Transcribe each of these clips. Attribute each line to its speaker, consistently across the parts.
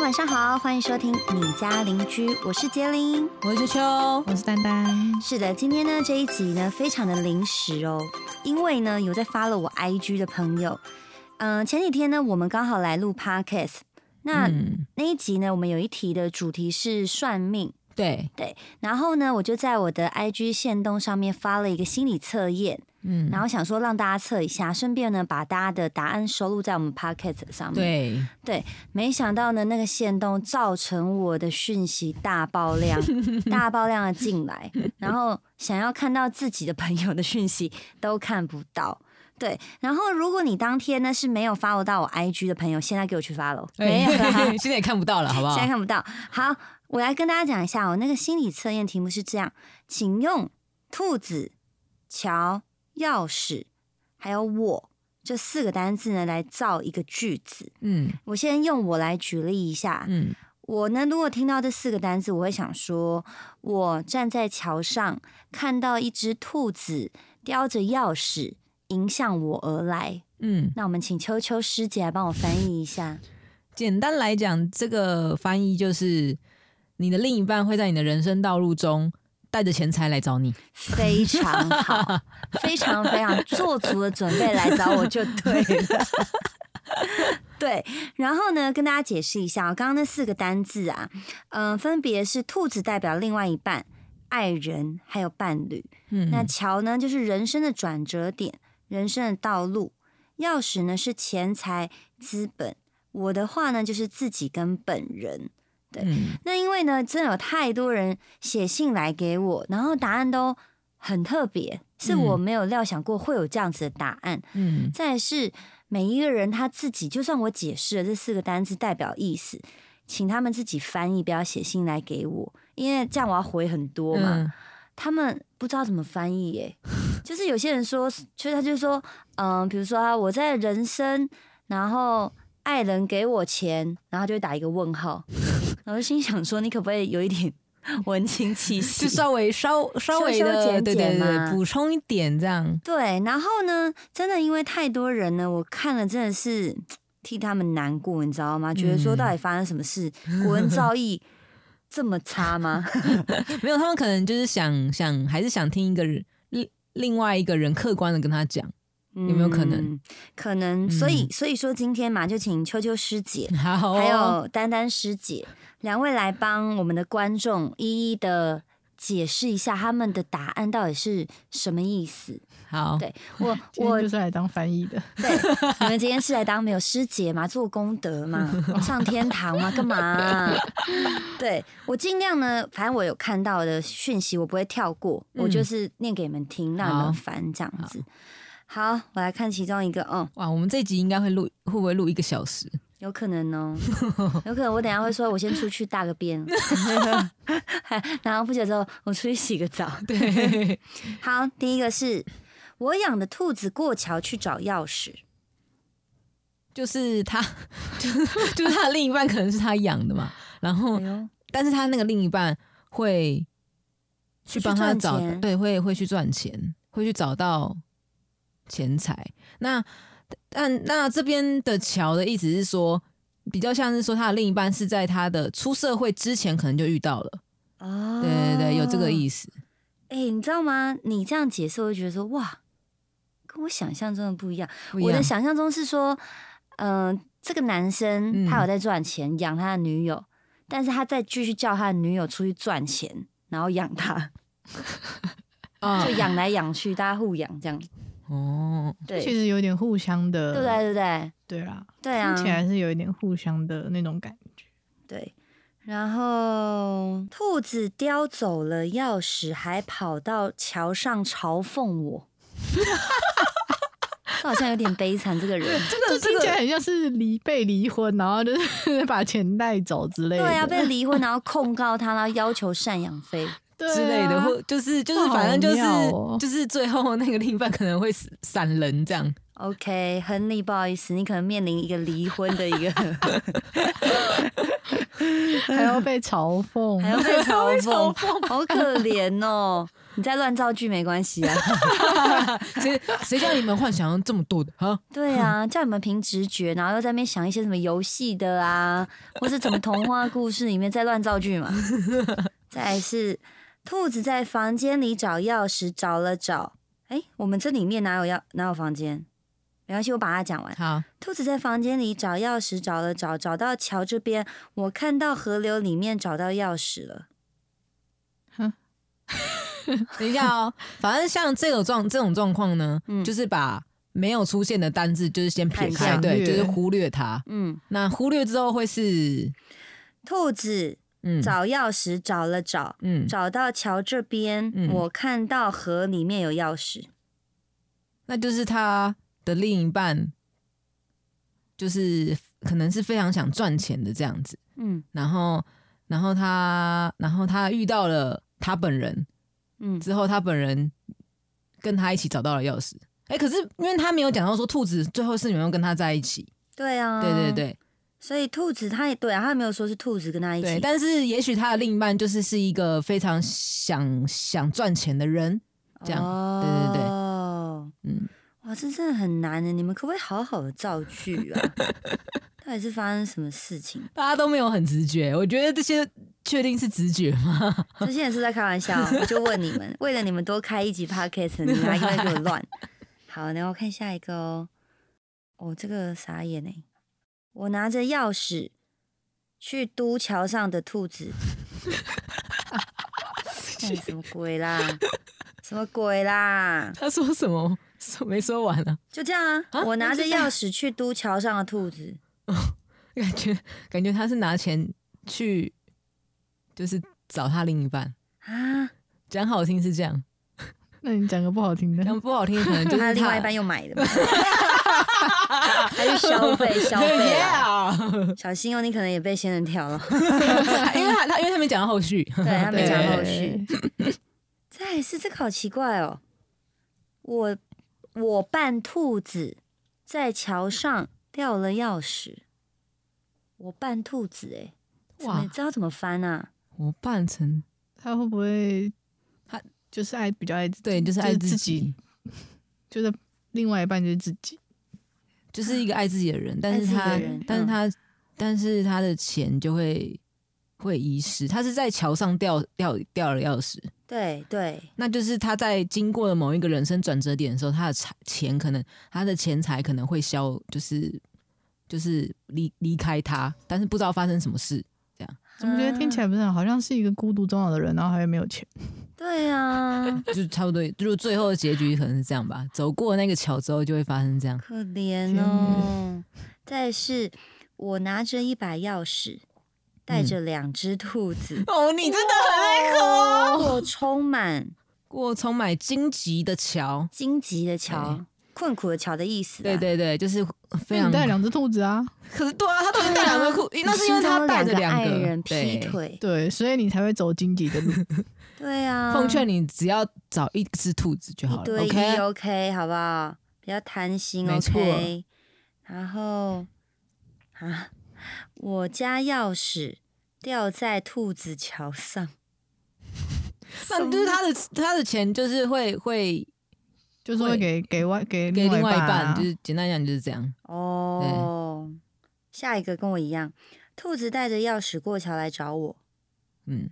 Speaker 1: 晚上好，欢迎收听你家邻居，我是杰林。
Speaker 2: 我是秋秋，
Speaker 3: 我是丹丹，
Speaker 1: 是的，今天呢这一集呢非常的临时哦，因为呢有在发了我 IG 的朋友，嗯、前几天呢我们刚好来录 podcast，那、
Speaker 2: 嗯，
Speaker 1: 那一集呢我们有一题的主题是算命，
Speaker 2: 对，
Speaker 1: 然后呢我就在我的 IG 线动上面发了一个心理测验，
Speaker 2: 嗯，
Speaker 1: 然后想说让大家测一下，顺便呢把大家的答案收录在我们 podcast 上面。
Speaker 2: 对，
Speaker 1: 没想到呢，那个线动造成我的讯息大爆量，大爆量的进来，然后想要看到自己的朋友的讯息都看不到。对，然后如果你当天呢是没有 follow 到我 IG 的朋友，现在给我去 follow，没有
Speaker 2: 哎
Speaker 1: 啦，现
Speaker 2: 现在也看不到了，好不好
Speaker 1: 在？看不到。好，我来跟大家讲一下哦，那个心理测验题目是这样，请用兔子、桥、钥匙，还有我这四个单字呢来造一个句子。
Speaker 2: 嗯
Speaker 1: 我先用我来举例一下，
Speaker 2: 嗯，
Speaker 1: 我呢，如果听到这四个单字，我会想说：我站在桥上，看到一只兔子叼着钥匙迎向我而来。
Speaker 2: 嗯，
Speaker 1: 那我们请秋秋师姐来帮我翻译一下。
Speaker 2: 简单来讲，这个翻译就是你的另一半会在你的人生道路中带着钱财来找你，
Speaker 1: 非常好，非常非常做足了准备来找我就对了。 对，然后呢，跟大家解释一下哦，刚刚那四个单字啊，嗯、分别是兔子代表另外一半、爱人还有伴侣，
Speaker 2: 嗯，
Speaker 1: 那桥呢就是人生的转折点，人生的道路；钥匙呢是钱财、资本。我的话呢就是自己跟本人。对
Speaker 2: 嗯
Speaker 1: 那因为呢，真的有太多人写信来给我，然后答案都很特别，是我
Speaker 2: 嗯
Speaker 1: 没有料想过会有这样子的答案。
Speaker 2: 嗯
Speaker 1: 再来是每一个人他自己，就算我解释了这四个单字代表意思，请他们自己翻译，不要写信来给我，因为这样我要回很多嘛。
Speaker 2: 嗯
Speaker 1: 他们不知道怎么翻译耶。 就是有些人说，就是他就说，嗯、比如说啊，我在人生，然后爱人给我钱，然后就会打一个问号， 然后就心想说，你可不可以有一点文青气息
Speaker 2: 就？稍微稍稍微
Speaker 1: 修修
Speaker 2: 的，
Speaker 1: 剪
Speaker 2: 对
Speaker 1: 剪
Speaker 2: 对
Speaker 1: 嘛
Speaker 2: 对，补充一点这样，
Speaker 1: 对，然后呢，真的因为太多人呢，我看了真的是替他们难过，你知道吗？觉得说
Speaker 2: 嗯
Speaker 1: 到底发生什么事，国文造诣 这么差吗？
Speaker 2: 没有，他们可能就是想想还是想听一个人另另外一个人客观的跟他讲，
Speaker 1: 有
Speaker 2: 没 有可能
Speaker 1: 嗯
Speaker 2: 嗯
Speaker 1: 可能，所以所以说今天嘛，就请秋秋师姐
Speaker 2: 好哦，
Speaker 1: 还有丹丹师姐，两位来帮我们的观众一一的解释一下他们的答案到底是什么意思。
Speaker 2: 好，
Speaker 1: 对我，
Speaker 3: 今
Speaker 1: 我
Speaker 3: 天就是来当翻译的。
Speaker 1: 对你们今天是来当没有师姐嘛，做功德嘛，上天堂嘛，干嘛啊、对我尽量呢，反正我有看到的讯息，我不会跳过，我
Speaker 3: 嗯
Speaker 1: 就是念给你们听，让你
Speaker 2: 好
Speaker 1: 们烦这样子。好，我来看其中一个，嗯，
Speaker 2: 哇，我们这集应该会录，会不会录一个小时？
Speaker 1: 有可能哦，有可能我等一下会说，我先出去大个便， 然后不久之后我出去洗个澡。
Speaker 2: 对，
Speaker 1: 好，第一个是我养的兔子过桥去找钥匙，
Speaker 2: 就是他，就是就是他的另一半可能是他养的嘛，然后
Speaker 1: 哎呦
Speaker 2: 但是他那个另一半会去帮他找
Speaker 1: 去赚钱，
Speaker 2: 对，会会去赚钱，会去找到钱财。那但那这边的桥的意思是说，比较像是说他的另一半是在他的出社会之前可能就遇到了，
Speaker 1: 哦，
Speaker 2: 对对对，有这个意
Speaker 1: 思。
Speaker 2: 思。
Speaker 1: 哎、你知道吗？你这样解释，我会觉得说哇，跟我想象中的不一样。
Speaker 2: 不一
Speaker 1: 我
Speaker 2: 样
Speaker 1: 的想象中是说，嗯、这个男生
Speaker 2: 嗯
Speaker 1: 他有在赚钱养他的女友，但是他再继续叫他的女友出去赚钱，然后养他。
Speaker 2: 啊
Speaker 1: 就养来养去，大家互养这样，
Speaker 2: 哦，
Speaker 1: 对，
Speaker 3: 嗯其
Speaker 1: 对
Speaker 3: 实有点互相的，
Speaker 1: 不对？对不对？
Speaker 3: 对啦，
Speaker 1: 对啊，
Speaker 3: 听起来是有一点互相的那种感觉。
Speaker 1: 对。然后兔子叼走了钥匙，还跑到桥上嘲讽 我，这好像有点悲惨。这个人，
Speaker 2: 这个
Speaker 3: 这听起来很像是离被离婚，然后就是 把钱带走之类
Speaker 1: 对
Speaker 3: 的，
Speaker 1: 啊，被离婚，然后控告他，然后要求赡养费。
Speaker 3: 对啊
Speaker 2: 之类的，或就是就是
Speaker 3: 哇
Speaker 2: 反正就是、
Speaker 3: 好妙哦
Speaker 2: 就是最后那个另一半可能会死闪人这样，
Speaker 1: OK，亨利，不好意思，你可能面临一个离婚的一 个，
Speaker 3: 还要被嘲讽，
Speaker 1: 还要被嘲
Speaker 2: 嘲
Speaker 1: 讽，好可怜哦。你再乱造句没关系啊。
Speaker 2: 谁谁叫你们幻想这么多的啊？
Speaker 1: 对啊，叫你们凭直觉，然后又在那边想一些什么游戏的啊，或是什么童话故事里面再乱造句嘛。 再来是兔子在房间里找钥匙，找了找，哎、我们这里面哪有钥哪有房间？没关系，我把它讲完。
Speaker 2: 好，
Speaker 1: 兔子在房间里找钥匙，找了找，找到桥这边，我看到河流里面找到钥匙了。
Speaker 2: 等一下哦，反正像这种状这种状况呢，
Speaker 1: 嗯
Speaker 2: 就是把没有出现的单字就是先撇
Speaker 1: 看
Speaker 2: 开，
Speaker 1: 掉
Speaker 2: 对，
Speaker 3: 略
Speaker 2: 就是忽略它。
Speaker 1: 嗯，
Speaker 2: 那忽略之后会是
Speaker 1: 兔子
Speaker 2: 嗯
Speaker 1: 找钥匙，找了找，
Speaker 2: 嗯，
Speaker 1: 找到桥这边，
Speaker 2: 嗯
Speaker 1: 我看到河里面有钥匙。
Speaker 2: 那就是他的另一半，就是可能是非常想赚钱的这样子，
Speaker 1: 嗯
Speaker 2: 然后然后他然后他遇到了他本人
Speaker 1: 嗯，
Speaker 2: 之后，他本人跟他一起找到了钥匙。哎、可是因为他没有讲到说兔子最后是有没有跟他在一起，
Speaker 1: 对啊，
Speaker 2: 对对对，
Speaker 1: 所以兔子它也对啊，它没有说是兔子跟嗯它一
Speaker 2: 对，
Speaker 1: 起，
Speaker 2: 但是也许他的另一半就是是一个非常想想赚钱的人，这样对对对
Speaker 1: 哦，
Speaker 2: 嗯，
Speaker 1: 哇，这真的很难的，你们可不可以好好的造句啊？ 到底是发生什么事情？啊
Speaker 2: 大家都没有很直觉。我觉得这些确定是直觉吗？
Speaker 1: 这些人是在开玩笑，我就问你们，为了你们多开一集 podcast，你们还因为给我 乱。好，然后看下一个哦，哦，这个傻眼哎！我拿着钥匙去嘟桥上的兔 子，干什么鬼啦？什么鬼啦？
Speaker 2: 他说什么？说没说完啊？
Speaker 1: 就这样啊！
Speaker 2: 啊
Speaker 1: 我拿
Speaker 2: 那
Speaker 1: 着
Speaker 2: 就这
Speaker 1: 钥
Speaker 2: 样
Speaker 1: 匙去嘟桥上的兔子，
Speaker 2: 感觉感觉他是拿钱去，就是找他另一半。
Speaker 1: 啊，
Speaker 2: 讲好听是这样，
Speaker 3: 那你讲个不好听的，
Speaker 2: 讲不好听可能就是
Speaker 1: 他另外一半又买 的嘛，他去消费消费啦。
Speaker 2: Yeah
Speaker 1: 小心哦，你可能也被仙人跳了。
Speaker 2: 因为他他因为他没讲到后续，
Speaker 1: 对他没讲后续
Speaker 3: 对。
Speaker 1: 再来是这个好奇怪哦，我我扮兔子在桥上掉了钥匙，我扮兔子哎、欸，哇，
Speaker 2: 哇
Speaker 1: 你知道怎么翻啊？
Speaker 2: 我扮成
Speaker 3: 他会不会
Speaker 2: 他
Speaker 3: 就是爱比较爱自己
Speaker 2: 对，
Speaker 1: 嗯
Speaker 2: 就是爱
Speaker 3: 就是
Speaker 2: 自
Speaker 3: 自
Speaker 2: 己
Speaker 3: 己，就是另外一半就是自己，
Speaker 2: 就是一个爱自己的人，但
Speaker 1: 爱
Speaker 2: 是他
Speaker 1: 自己的人，
Speaker 2: 但是
Speaker 1: 嗯
Speaker 2: 他，但是他的钱就会会遗失。他是在桥上掉掉掉了钥匙，
Speaker 1: 对对，
Speaker 2: 那就是他在经过了某一个人生转折点的时候，他的财钱可能他的钱财可能会消，就是就是离离开他，但是不知道发生什么事。
Speaker 3: 怎么觉得听
Speaker 1: 啊
Speaker 3: 起来不是很好好像是一个孤独终老的人，然后还没有钱，
Speaker 1: 对啊，
Speaker 2: 就差不多，就是最后的结局可能是这样吧。走过那个桥之后，就会发生这样。
Speaker 1: 可怜哦。 再是，我拿着一把钥
Speaker 3: 嗯
Speaker 1: 匙，带着两只兔子，
Speaker 2: 哦，你真的很爱啊
Speaker 3: 哦
Speaker 1: 过充满
Speaker 2: 过充满荆棘的桥。
Speaker 1: 荆棘的桥，困苦的桥的意思、啊。
Speaker 2: 对对对，就是非
Speaker 3: 因为
Speaker 2: 常
Speaker 3: 你带两只兔子啊，
Speaker 2: 可是对啊，他都是带两个 裤，
Speaker 1: 你
Speaker 2: 那是
Speaker 1: 心
Speaker 2: 因为他
Speaker 1: 中
Speaker 2: 带着
Speaker 1: 两
Speaker 2: 两
Speaker 1: 爱
Speaker 2: 个
Speaker 1: 人劈
Speaker 2: 对。
Speaker 1: 腿，
Speaker 3: 对，所以你才会走荆棘的路。
Speaker 1: 对啊，
Speaker 2: 奉劝你，只要找一只兔子就好
Speaker 1: 一
Speaker 2: 了。
Speaker 1: 对一
Speaker 2: OK，
Speaker 1: OK 好不好？不要贪心
Speaker 2: 没错
Speaker 1: OK。然后啊，我家钥匙掉在兔子桥上，
Speaker 2: 那就是他的他的钱就是会会
Speaker 3: 就是会
Speaker 2: 会
Speaker 3: 给给外给
Speaker 2: 给另外一
Speaker 3: 一半
Speaker 2: 半，
Speaker 3: 啊，
Speaker 2: 就是简单讲就是这样。
Speaker 1: 哦。下一个跟我一样，兔子带着钥匙过桥来找我，
Speaker 2: 嗯，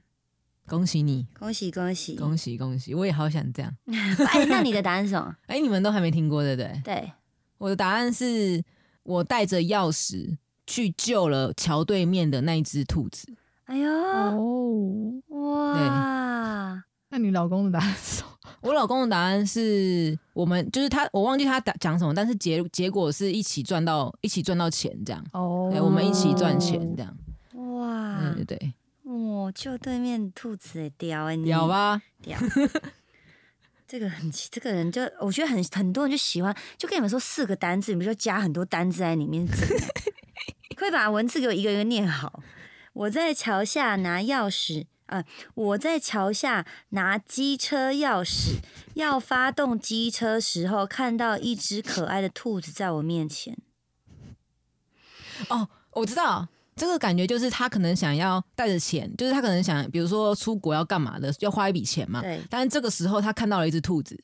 Speaker 2: 恭喜你，
Speaker 1: 恭喜恭喜！
Speaker 2: 恭喜恭喜！我也好想这样。
Speaker 1: 哎，那你的答案是什么？
Speaker 2: 哎，你们都还没听过对不对？
Speaker 1: 对，
Speaker 2: 我的答案是我带着钥匙去救了桥对面的那一只兔子。
Speaker 1: 哎呦，
Speaker 3: 哦，
Speaker 1: 哇，
Speaker 3: 那你老公的答案是什么？
Speaker 2: 我老公的答案是我们就是他，我忘记他打讲什么，但是结结果是一起赚到一起赚到钱这样。
Speaker 3: 哦
Speaker 2: 对，我们一起赚钱这样，
Speaker 3: 啊
Speaker 1: 哇，
Speaker 2: 对对对，
Speaker 1: 哇，哦就对面兔子哎，屌哎，你
Speaker 2: 有吧？
Speaker 1: 掉。这个很奇，这个人就我觉得很很多人就喜欢，就跟你们说四个单字，你们就加很多单字在里面整 啊。可以把文字给我一个一个念好。我在桥下拿钥匙，啊，我在桥下拿机车钥匙，要发动机车时候，看到一只可爱的兔子在我面前。
Speaker 3: 嗯
Speaker 2: 哦，我知道，这个感觉就是他可能想要带着钱，就是他可能想，比如说出国要干嘛的，要花一笔钱嘛。
Speaker 1: 对，
Speaker 2: 但是这个时候他看到了一只兔子，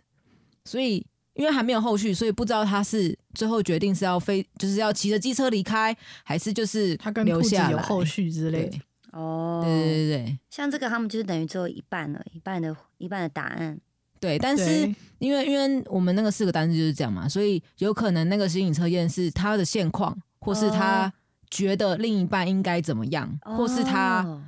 Speaker 2: 所以因为还没有后续，所以不知道他是最后决定是要飞，就是要骑着机车离开，还是就是
Speaker 3: 他跟
Speaker 2: 留
Speaker 3: 兔子
Speaker 2: 下
Speaker 3: 有
Speaker 2: 来
Speaker 3: 后续之类
Speaker 2: 对
Speaker 3: 的
Speaker 2: 对。
Speaker 1: 哦，
Speaker 2: 对对对
Speaker 1: 像这个他们就是等于只有一半了，一半的一半的答案，
Speaker 2: 对，但是
Speaker 3: 对
Speaker 2: 因为因为我们那个四个单字就是这样嘛，所以有可能那个心理测验是他的现况，或是他觉得另一半应该怎么样，或是他
Speaker 1: 哦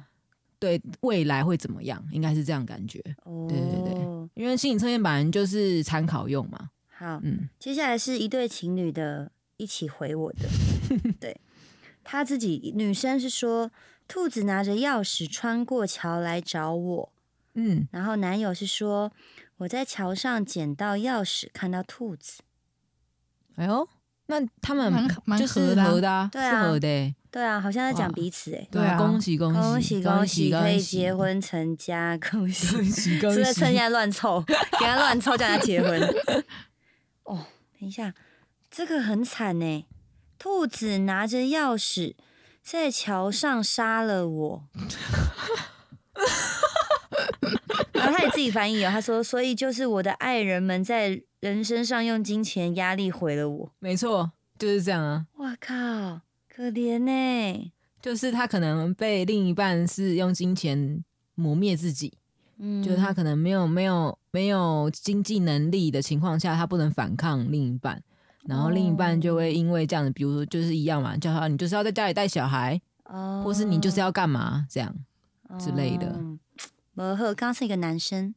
Speaker 2: 对未来会怎么样，应该是这样感觉。
Speaker 1: 哦，
Speaker 2: 对对
Speaker 1: 对，
Speaker 2: 因为心理测验本来就是参考用嘛，
Speaker 1: 好，
Speaker 2: 嗯，
Speaker 1: 接下来是一对情侣的一起回我 的，对，他自己女生是说兔子拿着钥匙穿过桥来找我，
Speaker 2: 嗯，
Speaker 1: 然后男友是说我在桥上捡到钥匙，看到兔子，
Speaker 2: 哎呦，那他们
Speaker 3: 蛮蛮
Speaker 2: 就是
Speaker 3: 合的啊
Speaker 2: 合的、啊，
Speaker 1: 对啊
Speaker 2: 是合的欸、
Speaker 1: 对啊，好像在讲
Speaker 2: 哇
Speaker 1: 彼此哎、
Speaker 3: 对啊
Speaker 2: 恭喜恭喜
Speaker 1: 恭喜
Speaker 2: 恭
Speaker 1: 恭喜，可以结，
Speaker 2: 恭
Speaker 1: 婚成家，恭喜
Speaker 2: 喜恭喜恭
Speaker 1: 是
Speaker 2: 喜！
Speaker 1: 在趁人家乱凑， 给他乱凑，叫他结婚。哦，等一下，这个很惨呢。兔子拿着钥匙在桥上杀了我。然后他也自己翻译哦，他说：“所以就是我的爱人们在人身上用金钱压力毁了我。
Speaker 2: 没错，就是这样啊。”
Speaker 1: 哇靠，可怜呢。
Speaker 2: 就是他可能被另一半是用金钱磨灭自己，
Speaker 1: 嗯，
Speaker 2: 就是他可能没有没有没有经济能力的情况下，他不能反抗另一半，然后另一半就
Speaker 3: 哦
Speaker 2: 会因为这样子，比如说就是一样嘛，叫他你就是要在家里带小孩，
Speaker 1: 哦，
Speaker 2: 或是你就是要干嘛这样，之类的
Speaker 1: 哦。摩赫刚刚是一个男生，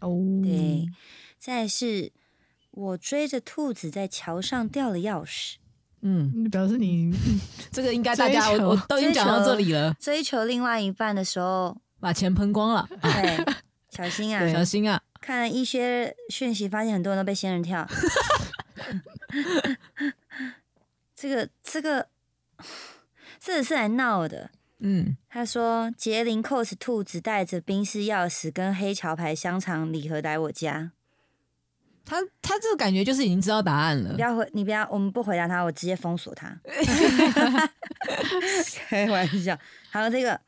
Speaker 3: 哦，
Speaker 1: 对，再来是我追着兔子在桥上掉了钥匙，
Speaker 2: 嗯，
Speaker 3: 嗯，表示 你
Speaker 2: 这个应该大家
Speaker 3: 追求
Speaker 2: 我我都已经讲到这里了，
Speaker 1: 追求另外一半的时候，
Speaker 2: 把钱喷光了，
Speaker 1: 对，小心
Speaker 2: 小
Speaker 1: 啊！
Speaker 2: 心啊！
Speaker 1: 看了一些讯息，发现很多人都被仙人跳。这个这个，这个是来闹的。
Speaker 2: 嗯，
Speaker 1: 他说：“杰林 cos 兔子带着冰室钥匙跟黑桥牌香肠礼盒来我家，
Speaker 2: 他他这个感觉就是已经知道答案了
Speaker 1: 你不，要回，你不要，我们不回答他，我直接封锁他。 开玩笑。还有这个，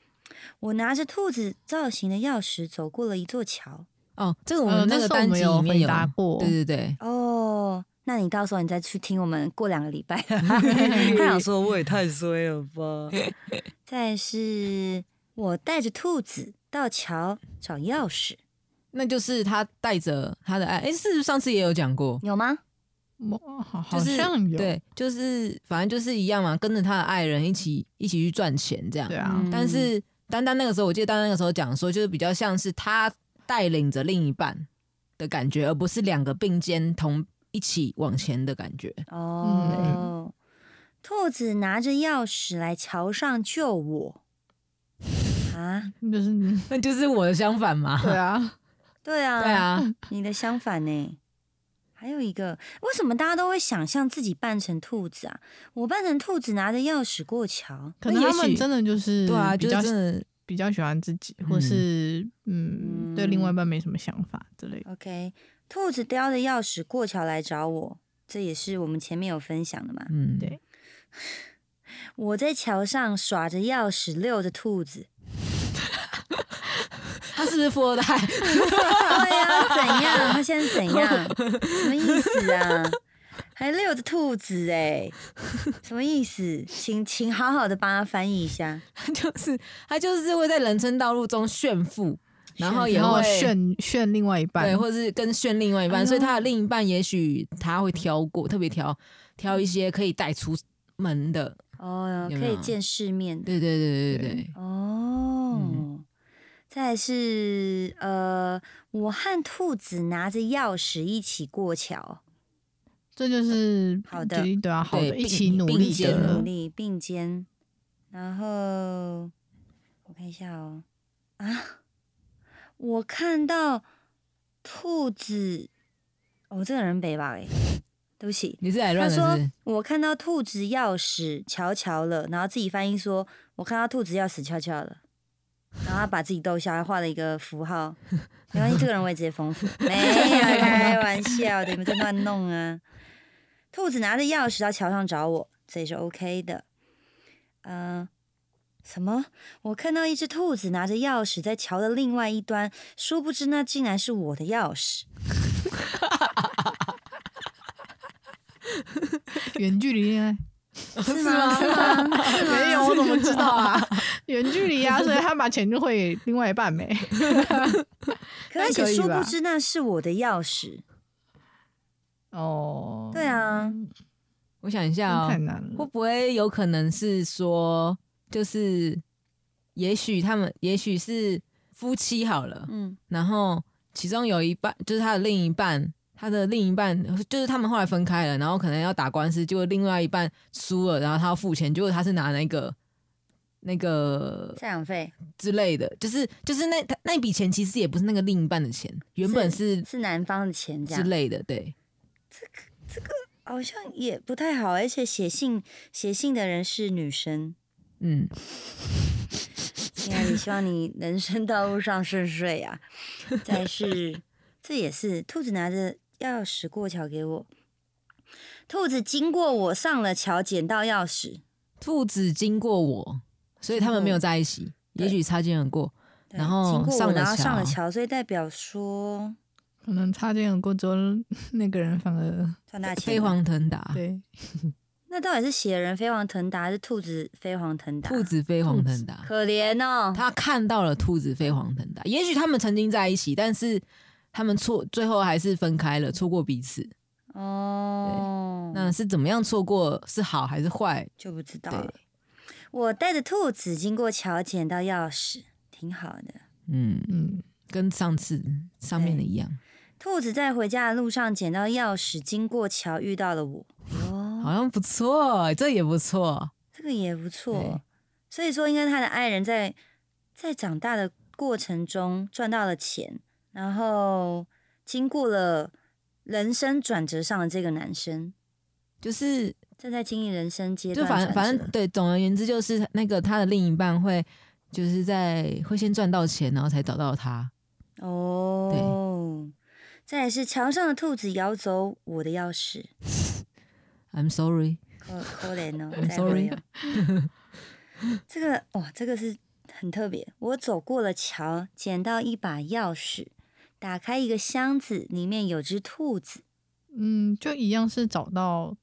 Speaker 1: 我拿着兔子造型的钥匙走过了一座桥。
Speaker 2: 哦，这个我
Speaker 3: 呃
Speaker 2: 们那
Speaker 3: 那
Speaker 2: 个
Speaker 3: 时候我
Speaker 2: 单
Speaker 3: 们
Speaker 2: 集
Speaker 3: 有
Speaker 2: 里面
Speaker 3: 回答过
Speaker 2: 对对 对，
Speaker 1: 哦，那你到时候你再去听我们过两个礼 拜。 他想说我也太衰了吧。再是，我带着兔子到桥找钥匙，
Speaker 2: 那就是他带着他的爱，哎、是不是上次也有讲过？
Speaker 1: 有吗？
Speaker 3: 哇好
Speaker 2: 就
Speaker 3: 好
Speaker 2: 是
Speaker 3: 像有
Speaker 2: 对，就是反正就是一样嘛，跟着他的爱人一起一起去赚钱这样。
Speaker 3: 对啊，
Speaker 1: 嗯
Speaker 2: 但是丹丹那个时候，我记得丹丹那个时候讲说，就是比较像是他带领着另一半的感觉，而不是两个并肩同一起往前的感觉。
Speaker 1: 哦，兔子拿着钥匙来桥上救我。啊，
Speaker 3: 就是
Speaker 2: 那就是我的相反嘛。
Speaker 3: 对啊，嗯
Speaker 1: 对啊，
Speaker 2: 对啊，
Speaker 1: 你的相反呢？还有一个，为什么大家都会想象自己扮成兔子啊？我扮成兔子拿着钥匙过桥，
Speaker 3: 可能
Speaker 2: 那也许
Speaker 3: 他们真的就是
Speaker 2: 对啊，
Speaker 3: 比
Speaker 2: 就是
Speaker 3: 较
Speaker 2: 真的
Speaker 3: 比较喜欢自己，或是嗯
Speaker 1: 嗯
Speaker 3: 对另外一半没什么想法之类的。
Speaker 1: OK，兔子叼着钥匙过桥来找我，这也是我们前面有分享的嘛。
Speaker 2: 嗯，
Speaker 3: 对
Speaker 1: 我在桥上耍着钥匙遛着兔子，
Speaker 2: 他是不是富二代？
Speaker 1: 对呀、怎样？他现在怎样？什么意思啊？还遛着兔子哎、什么意思？请请好好的帮他翻译一下。
Speaker 2: 就是他就是会在人生道路中炫富，然后也
Speaker 3: 然后
Speaker 2: 会
Speaker 3: 炫炫另外一半
Speaker 2: 对，，或者是跟炫另外一
Speaker 1: 哎
Speaker 2: 半，
Speaker 1: 呦
Speaker 2: 所以他的另一半也许他会挑过，特别挑挑一些可以带出门的。
Speaker 1: 哦，
Speaker 2: 有
Speaker 1: 可
Speaker 2: 没有
Speaker 1: 以见世面的
Speaker 2: 对对对对对
Speaker 3: 对
Speaker 2: 对，
Speaker 1: 哦。再来是呃，我和兔子拿着钥匙一起过桥，
Speaker 3: 这就是
Speaker 1: 好的
Speaker 3: 对对啊，好的，
Speaker 2: 并
Speaker 3: 一起努
Speaker 2: 并
Speaker 3: 力
Speaker 1: 一起
Speaker 2: 肩
Speaker 1: 努
Speaker 3: 的，
Speaker 1: 力并肩。然后我看一下哦，啊，我看到兔子，我、哦、这个人北吧哎，对不起，
Speaker 2: 你是来
Speaker 1: 他
Speaker 2: 乱的是不
Speaker 1: 说
Speaker 2: 是？
Speaker 1: 我看到兔子钥匙悄悄了，然后自己翻译说我看到兔子钥匙悄悄了，然后他把自己逗笑，还画了一个符号。没关系，这个人我也直接封锁。没有开玩笑的，你们在乱弄啊！兔子拿着钥匙到桥上找我，这也是 OK 的。嗯、什么？我看到一只兔子拿着钥匙在桥的另外一端，殊不知那竟然是我的钥匙。
Speaker 3: 远距离恋爱。
Speaker 1: 是吗？是吗？是吗
Speaker 3: 没有，我怎么知道啊？ 远距离啊，所以他把钱就汇给另外一半没？
Speaker 1: 可而且殊不知那是我的钥匙。
Speaker 3: 哦，
Speaker 1: 对，啊，
Speaker 2: 我想一下哦、
Speaker 3: 太难
Speaker 2: 会
Speaker 3: 了。
Speaker 2: 不会有可能是说，就是也许他们也许是夫妻好了，
Speaker 1: 嗯，
Speaker 2: 然后其中有一半就是他的另一半，他的另一半就是他们后来分开了，然后可能要打官司，结果另外一半输了，然后他要付钱，结果他是拿那个那个
Speaker 1: 赡养费
Speaker 2: 之类的，就是就是那他那笔钱其实也不是那个另一半的钱，原本是
Speaker 1: 是男方的钱，这
Speaker 2: 嗯之
Speaker 1: 样
Speaker 2: 类的，对，
Speaker 1: 好像也不太好。而且写信写信的人是女生，
Speaker 2: 嗯，
Speaker 1: 亲爱的，希望你人生道路上顺遂啊！再是，这也是兔子拿着钥匙过桥给我。兔子经过我上了桥，捡到钥匙。
Speaker 2: 兔子经过我，所以他们没有在一起，
Speaker 1: 对
Speaker 2: 也许擦肩而过。
Speaker 1: 对
Speaker 2: 然后
Speaker 1: 经过
Speaker 2: 上
Speaker 1: 我，
Speaker 2: 了
Speaker 1: 然后上了
Speaker 2: 桥
Speaker 1: 桥，所以代表说
Speaker 3: 可能擦肩而过之后，那个人反而啊
Speaker 1: 赚大钱
Speaker 2: 飞
Speaker 1: 了。
Speaker 2: 黄腾达，
Speaker 3: 对
Speaker 1: 那到底是写人飞黄腾达，还是兔子飞黄腾达？
Speaker 2: 兔子飞黄腾达，
Speaker 1: 可怜哦，
Speaker 2: 他看到了兔子飞黄腾达。也许他们曾经在一起，但是他们错，最后还是分开了，错过彼此。
Speaker 1: 哦，
Speaker 2: 那是怎么样错过？是好还是坏？
Speaker 1: 就不知道
Speaker 2: 对
Speaker 1: 了。我带着兔子经过桥，捡到钥匙，挺好的。
Speaker 2: 嗯，
Speaker 3: 嗯，
Speaker 2: 跟上次上面的一样，
Speaker 1: 兔子在回家的路上捡到钥匙，经过桥遇到了我。哦，
Speaker 2: 好像不错，这也不错。
Speaker 1: 这个也不错
Speaker 2: 对。
Speaker 1: 所以说，应该他的爱人在在长大的过程中赚到了钱，然后经过了人生转折上的这个男生，
Speaker 2: 就是
Speaker 1: 正在经历人生阶
Speaker 2: 就
Speaker 1: 段
Speaker 2: 反反
Speaker 1: 转
Speaker 2: 正
Speaker 1: 折。
Speaker 2: 对，总而言之就是那个他的另一半会就是在会先赚到钱，然后才找到他。
Speaker 1: 哦，再来是桥上的兔子咬走我的钥匙，
Speaker 2: I'm sorry，
Speaker 1: 可可怜 哦
Speaker 2: I'm，
Speaker 1: 再会
Speaker 2: sorry
Speaker 1: 哦。这个哇，这个是很特别。我走过了桥，捡到一把钥匙，打开一个箱子，里面有只兔子。
Speaker 3: 嗯，就一样是找到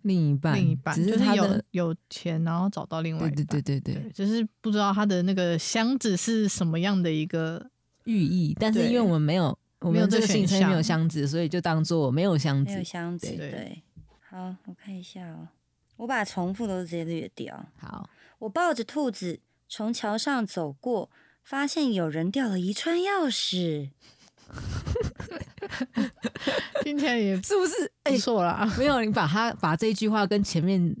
Speaker 2: 另一半，
Speaker 3: 另一半，
Speaker 2: 只
Speaker 3: 就是是
Speaker 2: 他
Speaker 3: 有
Speaker 2: 的，
Speaker 3: 有钱，然后找到另外
Speaker 2: 对
Speaker 3: 一半，
Speaker 2: 对对对对，
Speaker 3: 对，就是不知道他的那个箱子是什么样的一个，
Speaker 2: 寓意。但是因为我们没有，我
Speaker 3: 没有
Speaker 2: 们
Speaker 3: 这
Speaker 2: 这个
Speaker 3: 选
Speaker 2: 行程没有
Speaker 3: 项
Speaker 2: 箱子，所以就当做没有箱
Speaker 1: 没有
Speaker 2: 子。
Speaker 1: 箱子，
Speaker 3: 对
Speaker 1: 对。
Speaker 3: 对
Speaker 1: 好，我看一下哦，我把重复都直接略掉。
Speaker 2: 好，
Speaker 1: 我抱着兔子从桥上走过，发现有人掉了一串钥匙。
Speaker 3: 听起来也
Speaker 2: 是不是？哎
Speaker 3: 不、错啦。
Speaker 2: 没有，你把它把这句话跟前面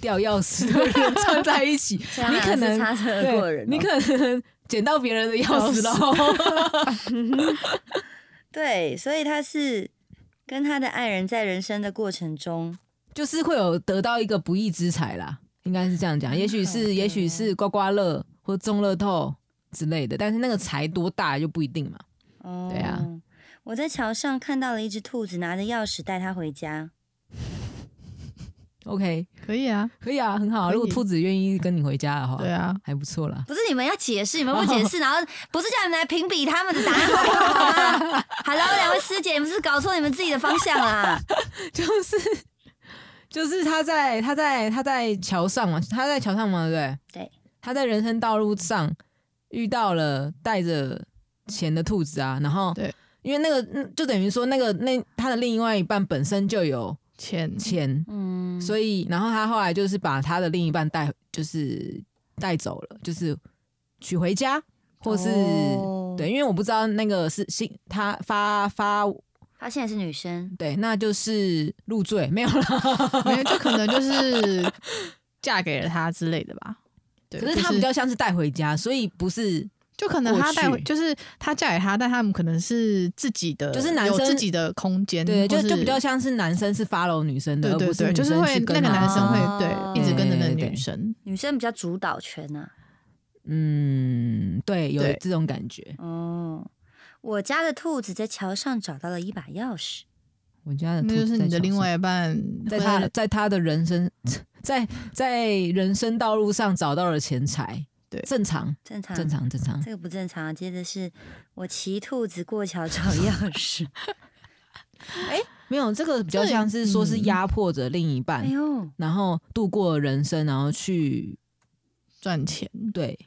Speaker 2: 掉钥匙的人 串在一 起，
Speaker 1: 虽然
Speaker 2: 你可
Speaker 1: 是
Speaker 2: 能
Speaker 1: 擦
Speaker 3: 呃
Speaker 1: 身而
Speaker 2: 对
Speaker 1: 过的人哦、
Speaker 2: 你可能 捡到别人的钥匙哦喽。
Speaker 1: 对，所以他是跟他的爱人在人生的过程中，
Speaker 2: 就是会有得到一个不义之财啦，应该是这样讲。
Speaker 3: 嗯
Speaker 2: 也许
Speaker 1: 好的
Speaker 2: 是，也许是刮刮乐或中乐透之类的，但是那个财多大就不一定嘛。
Speaker 1: 哦，
Speaker 2: 对啊。
Speaker 1: 我在桥上看到了一只兔子，拿着钥匙带它回家。
Speaker 2: OK，
Speaker 3: 可以啊，
Speaker 2: 可以啊，很好啊。
Speaker 3: 可以
Speaker 2: 如果兔子愿意跟你回家的话，
Speaker 3: 对啊，
Speaker 2: 还不错 啦。
Speaker 1: 不是你们要解释，你们不解 释，然后不是叫你们来评比他们的答案好不好吗？Hello，两位师姐，你们是搞错你们自己的方向啦。嗯
Speaker 2: 就是就是他在他在他在桥上嘛，他在桥上嘛，对不对？
Speaker 1: 对，
Speaker 2: 他在人生道路上遇到了带着钱的兔子啊，然后
Speaker 3: 对，
Speaker 2: 因为那个嗯就等于说那个那他的另外一半本身就有
Speaker 3: 钱
Speaker 2: 钱，
Speaker 1: 嗯，
Speaker 2: 所以然后他后来就是把他的另一半带就是带走了，就是娶回家，或是、
Speaker 1: 哦
Speaker 2: 对，因为我不知道那个是新他发发
Speaker 1: 她现在是女生，
Speaker 2: 对，那就是入赘没有了。
Speaker 3: 没有，就可能就是嫁给了他之类的吧。对，
Speaker 2: 可是
Speaker 3: 就
Speaker 2: 他比较像是带回家，所以不是
Speaker 3: 就可能他带
Speaker 2: 过
Speaker 3: 回，
Speaker 2: 去
Speaker 3: 就是他嫁给他，但他们可能是自己的，
Speaker 2: 就是男生
Speaker 3: 有自己的空间，
Speaker 2: 对，就
Speaker 3: 嗯或是
Speaker 2: 就比较像是男生是 follow 女生的，
Speaker 3: 对
Speaker 2: 而
Speaker 3: 对
Speaker 2: 不是
Speaker 3: 对，
Speaker 2: 女
Speaker 3: 就是
Speaker 2: 生
Speaker 3: 会
Speaker 2: 去
Speaker 3: 那
Speaker 2: 跟
Speaker 3: 个
Speaker 2: 他
Speaker 3: 男生
Speaker 1: 哦
Speaker 3: 会对一直跟着那个女生，
Speaker 1: 女生比较主导权啊呐、
Speaker 2: 嗯，对，有
Speaker 3: 对
Speaker 2: 这种感觉
Speaker 1: 哦，我家的兔子在桥上找到了一把钥匙。
Speaker 2: 我家的兔
Speaker 3: 那
Speaker 2: 子
Speaker 3: 就是
Speaker 2: 在
Speaker 3: 你的
Speaker 2: 桥
Speaker 3: 另
Speaker 2: 上
Speaker 3: 外一半，
Speaker 2: 在他在他的人生 在在人生道路上找到了钱财，
Speaker 3: 对嗯
Speaker 2: 正常
Speaker 1: 正常
Speaker 2: 正。常正常。
Speaker 1: 这个不正常。啊接着是我骑兔子过桥找钥匙，
Speaker 2: 没有这个比较像是说是压迫着另一半
Speaker 1: 哎，呦，
Speaker 2: 然后度过人生，然后去
Speaker 3: 赚钱，
Speaker 2: 对，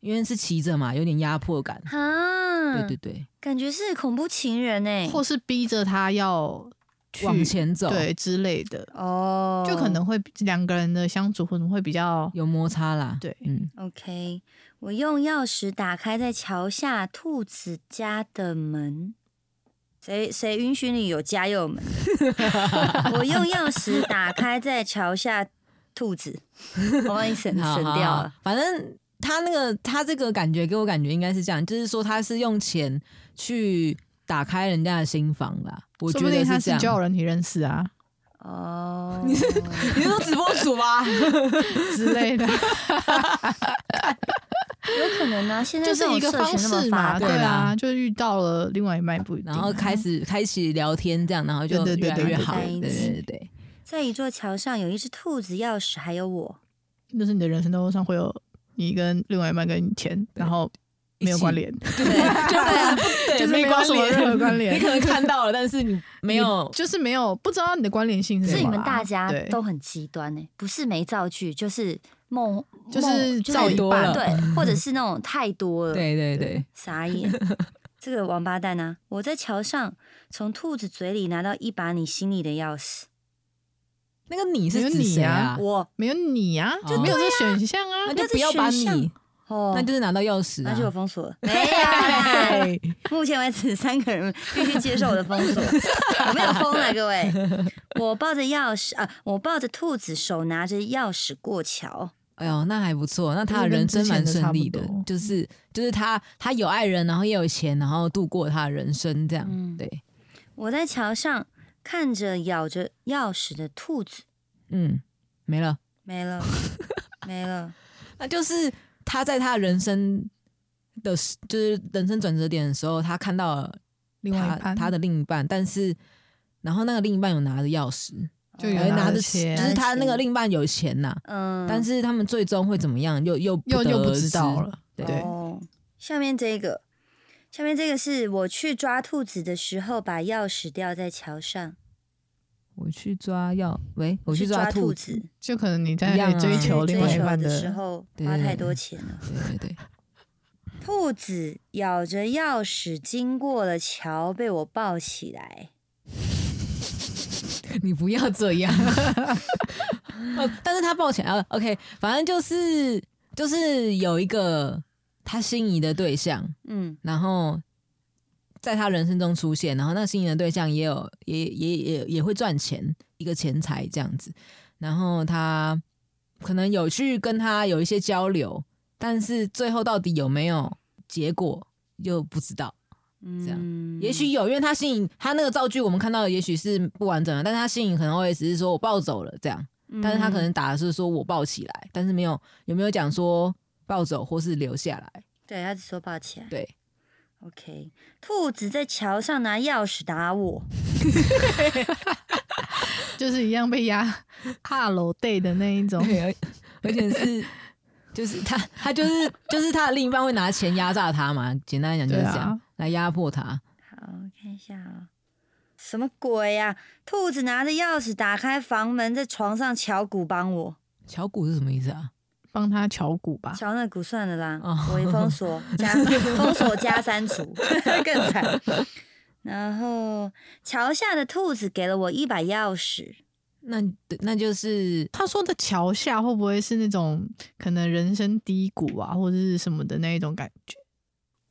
Speaker 2: 因为是骑着嘛，有点压迫感。
Speaker 1: 哈，
Speaker 3: 嗯
Speaker 2: 对对对，
Speaker 1: 感觉是恐怖情人哎、
Speaker 3: 或是逼着他要去
Speaker 2: 往前走，
Speaker 3: 对之类的，
Speaker 1: 哦，
Speaker 3: 就可能会两个人的相处或者会比较
Speaker 2: 有摩擦啦。
Speaker 3: 对
Speaker 2: 嗯，
Speaker 1: OK。我用钥匙打开在桥下兔子家的门，谁谁允许你有家又有门？ 我用钥匙打开在桥下兔子，我帮你
Speaker 3: 嗯
Speaker 1: 省
Speaker 2: 好
Speaker 1: 省
Speaker 2: 好
Speaker 1: 掉
Speaker 2: 好
Speaker 1: 了。
Speaker 2: 反正他那个他这个感觉给我感觉应该是这样，就是说他是用钱去打开人家的心房啦。我觉
Speaker 3: 说不
Speaker 2: 得
Speaker 3: 定他
Speaker 2: 这
Speaker 3: 是
Speaker 2: 样。
Speaker 3: 交友人体认识啊
Speaker 1: 哦，
Speaker 2: 你是说直播主吗？
Speaker 3: 之 类的，
Speaker 1: 有可能啊，现在
Speaker 3: 就是
Speaker 1: 这种
Speaker 3: 一个
Speaker 1: 社
Speaker 3: 方
Speaker 1: 群那
Speaker 3: 式
Speaker 1: 么
Speaker 3: 嘛，
Speaker 1: 发
Speaker 3: 对
Speaker 1: 达，
Speaker 3: 啊，就遇到了另外一半也不一定啊，
Speaker 2: 然后开始开启聊天，这样，然后就
Speaker 3: 对
Speaker 2: 越
Speaker 3: 对对
Speaker 2: 来
Speaker 3: 对
Speaker 2: 越
Speaker 3: 对
Speaker 2: 好。对
Speaker 1: 对
Speaker 2: 对
Speaker 1: 对
Speaker 2: 对对，
Speaker 1: 在一座桥上有一只兔子、钥匙，还有我。
Speaker 3: 那是你的人生道路上会有你跟另外一半跟钱，然后没有关联，
Speaker 1: 对，对
Speaker 2: 对
Speaker 3: 就是没有什么任何关联
Speaker 2: 你可能看到了，但是你没有
Speaker 3: 你。 就是没有不知道你的关联性
Speaker 1: 是
Speaker 3: 什
Speaker 1: 你
Speaker 3: 么啦。
Speaker 1: 们大家
Speaker 3: 对
Speaker 1: 都很极端呢、欸不是没造句，就是梦，
Speaker 3: 就是
Speaker 1: 梦
Speaker 3: 造
Speaker 2: 一半
Speaker 1: 对，或者是那种太多了，
Speaker 2: 对对对，
Speaker 1: 傻眼。这个王八蛋啊！我在桥上从兔子嘴里拿到一把你心里的钥匙，
Speaker 2: 那个你是
Speaker 3: 没有
Speaker 2: 指
Speaker 3: 你
Speaker 2: 谁
Speaker 3: 啊
Speaker 1: 我
Speaker 3: 没有你呀、
Speaker 2: 哦
Speaker 3: 就没有这个选项啊。
Speaker 2: 那
Speaker 1: 那
Speaker 2: 就
Speaker 1: 这
Speaker 2: 不要把
Speaker 1: 选项
Speaker 2: 你，
Speaker 1: 哦，
Speaker 2: 那就是拿到钥匙
Speaker 1: 那就我
Speaker 2: 啊。
Speaker 1: 封锁了，没有 啦。
Speaker 2: 对
Speaker 1: 目前为止，三个人必须接受我的封锁，我没有封了，各位。我抱着钥匙啊，我抱着兔子，手拿着钥匙过桥。
Speaker 2: 哎呦，那还不错，那他
Speaker 3: 就是跟
Speaker 2: 人生蛮顺利的
Speaker 3: 之前的差不多，
Speaker 2: 就是就是他他有爱人，然后也有钱，然后度过他的人生这样。
Speaker 1: 嗯
Speaker 2: 对，
Speaker 1: 我在桥上看着咬着钥匙的兔子，
Speaker 2: 嗯，没了。
Speaker 1: 没了，没了。
Speaker 2: 那就是他在他人生的时，就是人生转折点的时候，他看到了
Speaker 3: 另外
Speaker 2: 他
Speaker 3: 一半
Speaker 2: 他的另一半，但是然后那个另一半有拿着钥匙，
Speaker 3: 就有
Speaker 2: 有
Speaker 3: 人
Speaker 1: 哦
Speaker 3: 拿
Speaker 2: 着
Speaker 3: 着钱
Speaker 2: 就是他那个另一半有钱呐、
Speaker 1: 嗯，
Speaker 2: 但是他们最终会怎么样，又又
Speaker 3: 又
Speaker 2: 得
Speaker 3: 又不
Speaker 2: 而
Speaker 3: 知道
Speaker 2: 知。
Speaker 3: 了，
Speaker 2: 对
Speaker 1: 哦，下面这个，下面这个是我去抓兔子的时候，把钥匙掉在桥上，
Speaker 2: 我去抓钥，喂，我
Speaker 1: 我
Speaker 2: 去
Speaker 1: 抓
Speaker 2: 兔
Speaker 1: 子，，嗯
Speaker 3: 就可能你
Speaker 2: 一样啊
Speaker 3: 在追求
Speaker 1: 追
Speaker 3: 另外一
Speaker 1: 求
Speaker 3: 半
Speaker 1: 的时候花
Speaker 2: 对
Speaker 1: 太多钱了。
Speaker 2: 对对对，
Speaker 1: 兔子咬着钥匙经过了桥，被我抱起来。
Speaker 2: 你不要这样。 呃但是他抱起来了，OK，反正就是就是有一个他心仪的对象，
Speaker 1: 嗯，
Speaker 2: 然后在他人生中出现，然后那个心仪的对象也有也也也也会赚钱，一个钱财这样子。然后他可能有去跟他有一些交流，但是最后到底有没有结果又不知道。
Speaker 1: 这
Speaker 2: 这样也许有，因为他吸引他那个造句我们看到的也许是不完整的，但是他吸引可能会只是说我抱走了这样，
Speaker 1: 嗯
Speaker 2: 但是他可能打的是说我抱起来，但是没有有没有讲说抱走或是留下来，
Speaker 1: 对，他只说抱起来。
Speaker 2: 对。
Speaker 1: OK，兔子在桥上拿钥匙打我，
Speaker 3: 就是一样被压 哈喽 day 的那 一种，
Speaker 2: 对，而而且 是就是他他就是就是他的另一半会拿钱压榨他嘛，简单来讲就是这样、
Speaker 3: 对啊
Speaker 2: 来压迫他。
Speaker 1: 好，我看一下啊、什么鬼呀、兔子拿着钥匙打开房门，在床上敲鼓帮我，
Speaker 2: 巧骨是什么意思啊？
Speaker 3: 帮他敲鼓吧。
Speaker 1: 敲那鼓算了啦，
Speaker 2: 哦
Speaker 1: 我一封锁 加封锁加删除， 更惨。然后桥下的兔子给了我一把钥匙，
Speaker 2: 那那就是
Speaker 3: 他说的桥下会不会是那种可能人生低谷啊，或者是什么的那一种感觉？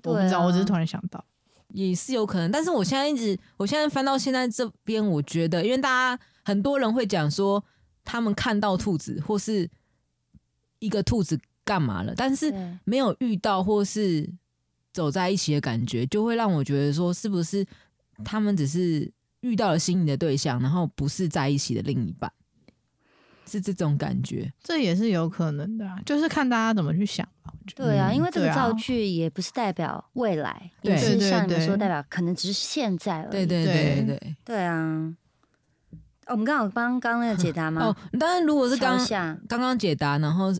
Speaker 3: 我不知
Speaker 1: 对
Speaker 3: 道，
Speaker 1: 啊
Speaker 3: 我只是突然想到，
Speaker 2: 也是有可能，但是我现在一直我现在翻到现在这边，我觉得因为大家很多人会讲说他们看到兔子或是一个兔子干嘛了，但是
Speaker 1: 对
Speaker 2: 没有遇到或是走在一起的感觉，就会让我觉得说，是不是他们只是遇到了心仪的对象，然后不是在一起的另一半？是这种感觉。
Speaker 3: 这也是有可能的、啊，就是看大家怎么去想吧。我觉得
Speaker 1: 对啊，
Speaker 2: 嗯
Speaker 1: 因为这个
Speaker 3: 对啊
Speaker 1: 造句也不是代表未来，
Speaker 2: 对
Speaker 1: 也是
Speaker 3: 对对
Speaker 1: 像你们
Speaker 3: 对
Speaker 1: 说代表可能只是现在而已。
Speaker 2: 对对对对对。
Speaker 1: 对啊，哦我们刚好帮刚刚那个解答吗
Speaker 2: 哦？，当然如果是
Speaker 1: 敲
Speaker 2: 刚哦
Speaker 1: 下，
Speaker 2: 刚刚解答，然后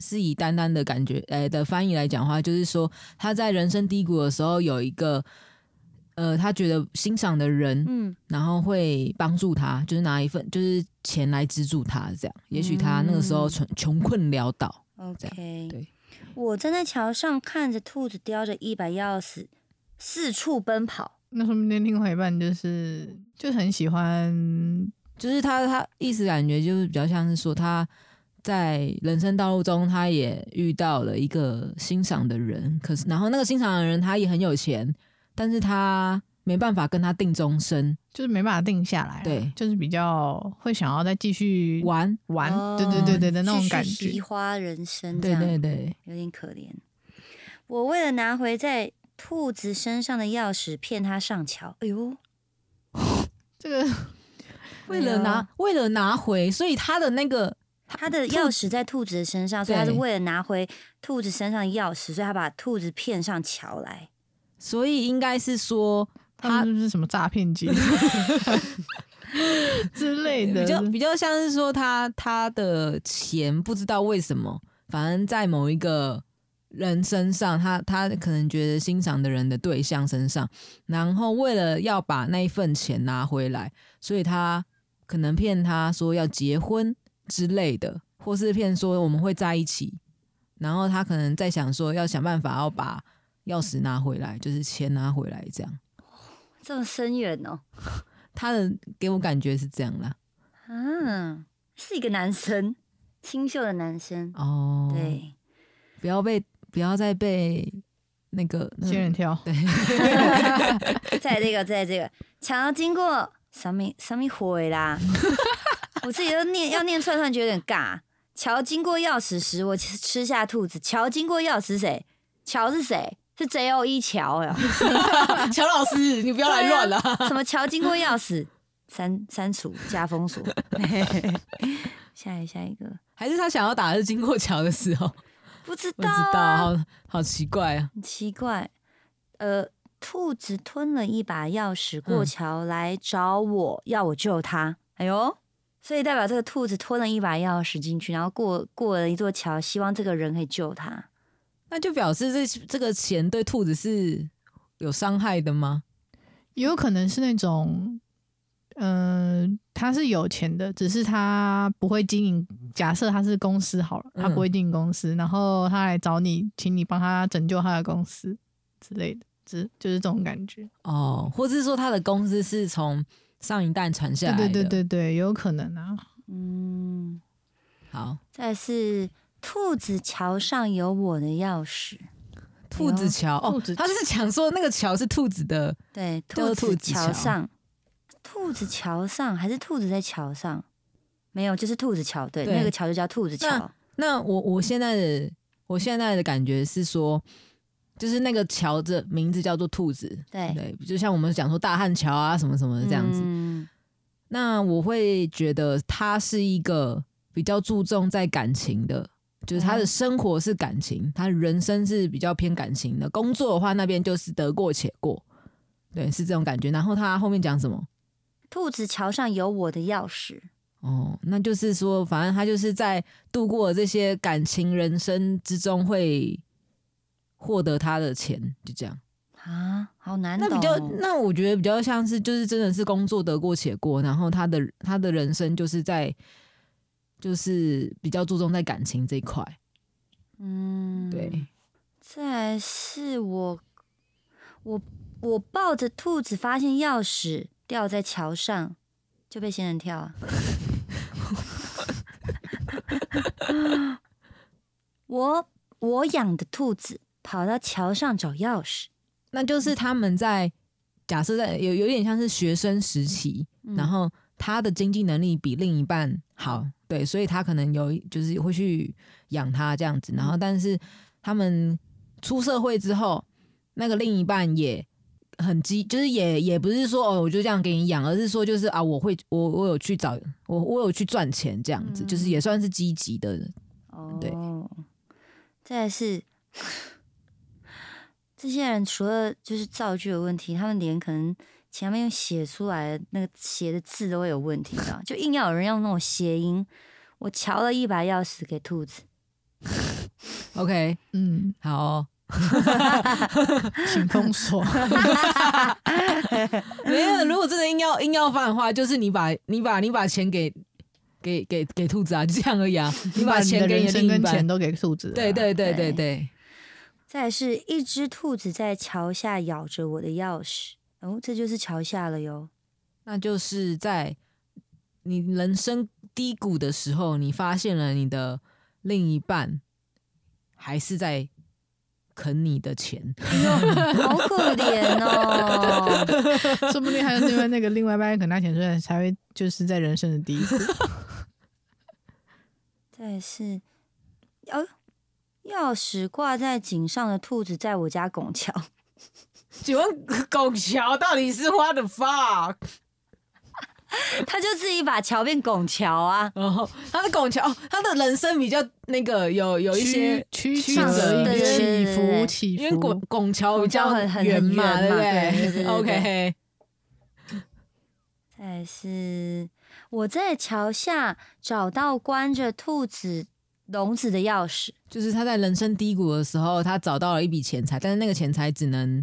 Speaker 2: 是以丹丹的感觉，呃、的翻译来讲的话，就是说他在人生低谷的时候有一个，呃，他觉得欣赏的人，
Speaker 1: 嗯，
Speaker 2: 然后会帮助他，就是拿一份就是钱来资助他，这样。也许他那个时候穷穷困潦倒，
Speaker 1: OK，
Speaker 2: 对
Speaker 1: 我站在桥上看着兔子叼着一把钥匙四处奔跑。
Speaker 3: 那说明另外一半就是就很喜欢，
Speaker 2: 就是他他意思感觉就是比较像是说他。在人生道路中，他也遇到了一个欣赏的人，可是然后那个欣赏的人他也很有钱，但是他没办法跟他定终身，
Speaker 3: 就是没办法定下来啊，
Speaker 2: 对
Speaker 3: 就是比较会想要再继续
Speaker 2: 玩，
Speaker 3: 玩，
Speaker 1: 哦
Speaker 3: 对对对对的那种
Speaker 1: 继续
Speaker 3: 感觉
Speaker 1: 惜。花人生，这
Speaker 2: 对
Speaker 1: 样
Speaker 2: 嗯对对，
Speaker 1: 有点可怜。我为了拿回在兔子身上的钥匙，骗他上桥。哎呦，
Speaker 3: 这个
Speaker 2: 为了拿为了拿回，所以他的那个
Speaker 1: 他的钥匙在兔子的身上，所以他是为了拿回兔子身上的钥匙，所以他把兔子骗上桥来。
Speaker 2: 所以应该是说
Speaker 3: 他
Speaker 2: 他
Speaker 3: 们是不是什么诈骗集之类的？嗯
Speaker 2: 比较比较像是说他他的钱不知道为什么，反正在某一个人身上，他他可能觉得欣赏的人的对象身上，然后为了要把那一份钱拿回来，所以他可能骗他说要结婚之类的，或是骗说我们会在一起，然后他可能在想说要想办法要把钥匙拿回来，就是钱拿回来这样。
Speaker 1: 这么深远哦，
Speaker 2: 他的给我感觉是这样啦，
Speaker 1: 啊，是一个男生，清秀的男生，
Speaker 2: 哦，
Speaker 1: 对。
Speaker 2: 不要被不要再被那个那个
Speaker 3: 仙人跳，
Speaker 2: 对
Speaker 1: 在这个，在这个桥经过什么什么毁 啦，我自己都念要念串串，觉得有点尬。桥经过钥匙时，我吃吃下兔子。桥经过钥匙谁？桥是谁？是 J O 一桥 呀？啊
Speaker 2: 乔老师，你不要来乱了。
Speaker 1: 什么桥经过钥匙？删删除加封锁。 下一下一个，
Speaker 2: 还是他想要打的是经过桥的时候，
Speaker 1: 不知
Speaker 2: 我
Speaker 1: 道、
Speaker 2: 知
Speaker 1: 啊，
Speaker 2: 道，好好奇怪啊。
Speaker 1: 很奇怪。呃，兔子吞了一把钥匙过
Speaker 2: 嗯
Speaker 1: 桥来找我，要我救它。哎呦，所以代表这个兔子吞了一把钥匙进去，然后过过了一座桥，希望这个人可以救它。
Speaker 2: 那就表示这这个钱对兔子是有伤害的吗？
Speaker 3: 也有可能是那种，嗯、他是有钱的，只是他不会经营。假设他是公司好了，他
Speaker 2: 嗯
Speaker 3: 不会经营公司，然后他来找你，请你帮他拯救他的公司之类的，只就是这种感觉。
Speaker 2: 哦，或是说他的公司是从上一代传下
Speaker 3: 对
Speaker 2: 来的？
Speaker 3: 对对对对，有可能啊。
Speaker 1: 嗯，
Speaker 2: 好，
Speaker 1: 再是兔子桥上有我的钥匙。
Speaker 2: 兔子桥哦
Speaker 3: 兔子，
Speaker 2: 他就是想说那个桥是兔子的，
Speaker 1: 对，
Speaker 2: 叫
Speaker 1: 兔
Speaker 2: 做兔
Speaker 1: 子
Speaker 2: 子桥
Speaker 1: 桥上，兔子桥上还是兔子在桥上？没有，就是兔子桥。对，
Speaker 2: 对
Speaker 1: 那个桥就叫兔子
Speaker 2: 那
Speaker 1: 桥。
Speaker 2: 那我我
Speaker 3: 嗯
Speaker 2: 现在的我现在的感觉是说，就是那个桥的名字叫做兔子，
Speaker 1: 对，
Speaker 2: 对，就像我们讲说大汉桥啊什么什么的这样子。
Speaker 1: 嗯
Speaker 2: 那我会觉得他是一个比较注重在感情的，就是他的
Speaker 1: 嗯
Speaker 2: 生活是感情，他人生是比较偏感情的。工作的话，那边就是得过且过，对，是这种感觉。然后他后面讲什么？
Speaker 1: 兔子桥上有我的钥匙。
Speaker 2: 哦，那就是说，反正他就是在度过这些感情人生之中，会获得他的钱，就这样。
Speaker 1: 啊，好难
Speaker 2: 那
Speaker 1: 懂、哦。
Speaker 2: 比较，那我觉得比较像是，就是真的是工作得过且过，然后他的他的人生就是在，就是比较注重在感情这一块。
Speaker 1: 嗯，
Speaker 2: 对，。
Speaker 1: 再来是我，我我抱着兔子，发现钥匙掉在桥上，就被仙人跳 啊。我我养的兔子跑到桥上找钥匙，
Speaker 2: 那就是他们在假设在有有点像是学生时期，
Speaker 1: 嗯
Speaker 2: 然后他的经济能力比另一半好，对，所以他可能有就是会去养他这样子，然后但是他们出社会之后，那个另一半也很激，就是也也不是说哦，我就这样给你养，而是说就是啊，我会我我有去找我我有去赚钱这样子，就是也算是积极的
Speaker 1: 哦，
Speaker 2: 对
Speaker 1: 再来是 这些人除了就是造句有问题，他们连可能前面用写出来的那个写的字都会有问题的，就硬要有人用那种谐音。我瞧了一把钥匙给兔子，
Speaker 2: OK，
Speaker 3: 嗯，
Speaker 2: 好哦、
Speaker 3: 请封锁。
Speaker 2: 没有。如果真的硬要硬要放的话，就是你把你把你把钱给给给给兔子啊，就这样而已啊。 你把
Speaker 3: 你
Speaker 2: 钱
Speaker 3: 的
Speaker 2: 给你的
Speaker 3: 人生
Speaker 2: 另一
Speaker 3: 跟
Speaker 2: 半
Speaker 3: 钱，都给兔子了啊。
Speaker 2: 对对对对
Speaker 1: 对
Speaker 2: 对，
Speaker 1: 再来是一只兔子在桥下咬着我的钥匙，哦，这就是桥下了哟。
Speaker 2: 那就是在你人生低谷的时候，你发现了你的另一半还是在啃你的钱，
Speaker 1: 哎好可怜哦！
Speaker 3: 说不定还是因为那个另外一半可能他钱，所以才会就是在人生的低谷。
Speaker 1: 再是，哦，钥匙挂在颈上的兔子在我家拱桥，
Speaker 2: 请问拱桥到底是花的 fuck？
Speaker 1: 他就自己把桥变拱桥啊，
Speaker 2: 然后他的拱桥，哦，他的人生比较那个有有一些，
Speaker 3: 曲
Speaker 2: 曲
Speaker 3: 曲折
Speaker 2: 折
Speaker 3: 一
Speaker 1: 对
Speaker 3: 起
Speaker 1: 对对对
Speaker 3: 伏起
Speaker 2: 因为拱
Speaker 3: 伏，
Speaker 2: 拱桥比
Speaker 1: 拱桥
Speaker 2: 较
Speaker 1: 很很
Speaker 2: 圆
Speaker 1: 很
Speaker 2: 嘛，
Speaker 1: 圆
Speaker 2: 不
Speaker 1: 嘛对
Speaker 2: 对
Speaker 1: 对对对
Speaker 2: o k
Speaker 1: 再是我在桥下找到关着兔子笼子的钥匙，
Speaker 2: 就是他在人生低谷的时候，他找到了一笔钱财，但是那个钱财只能，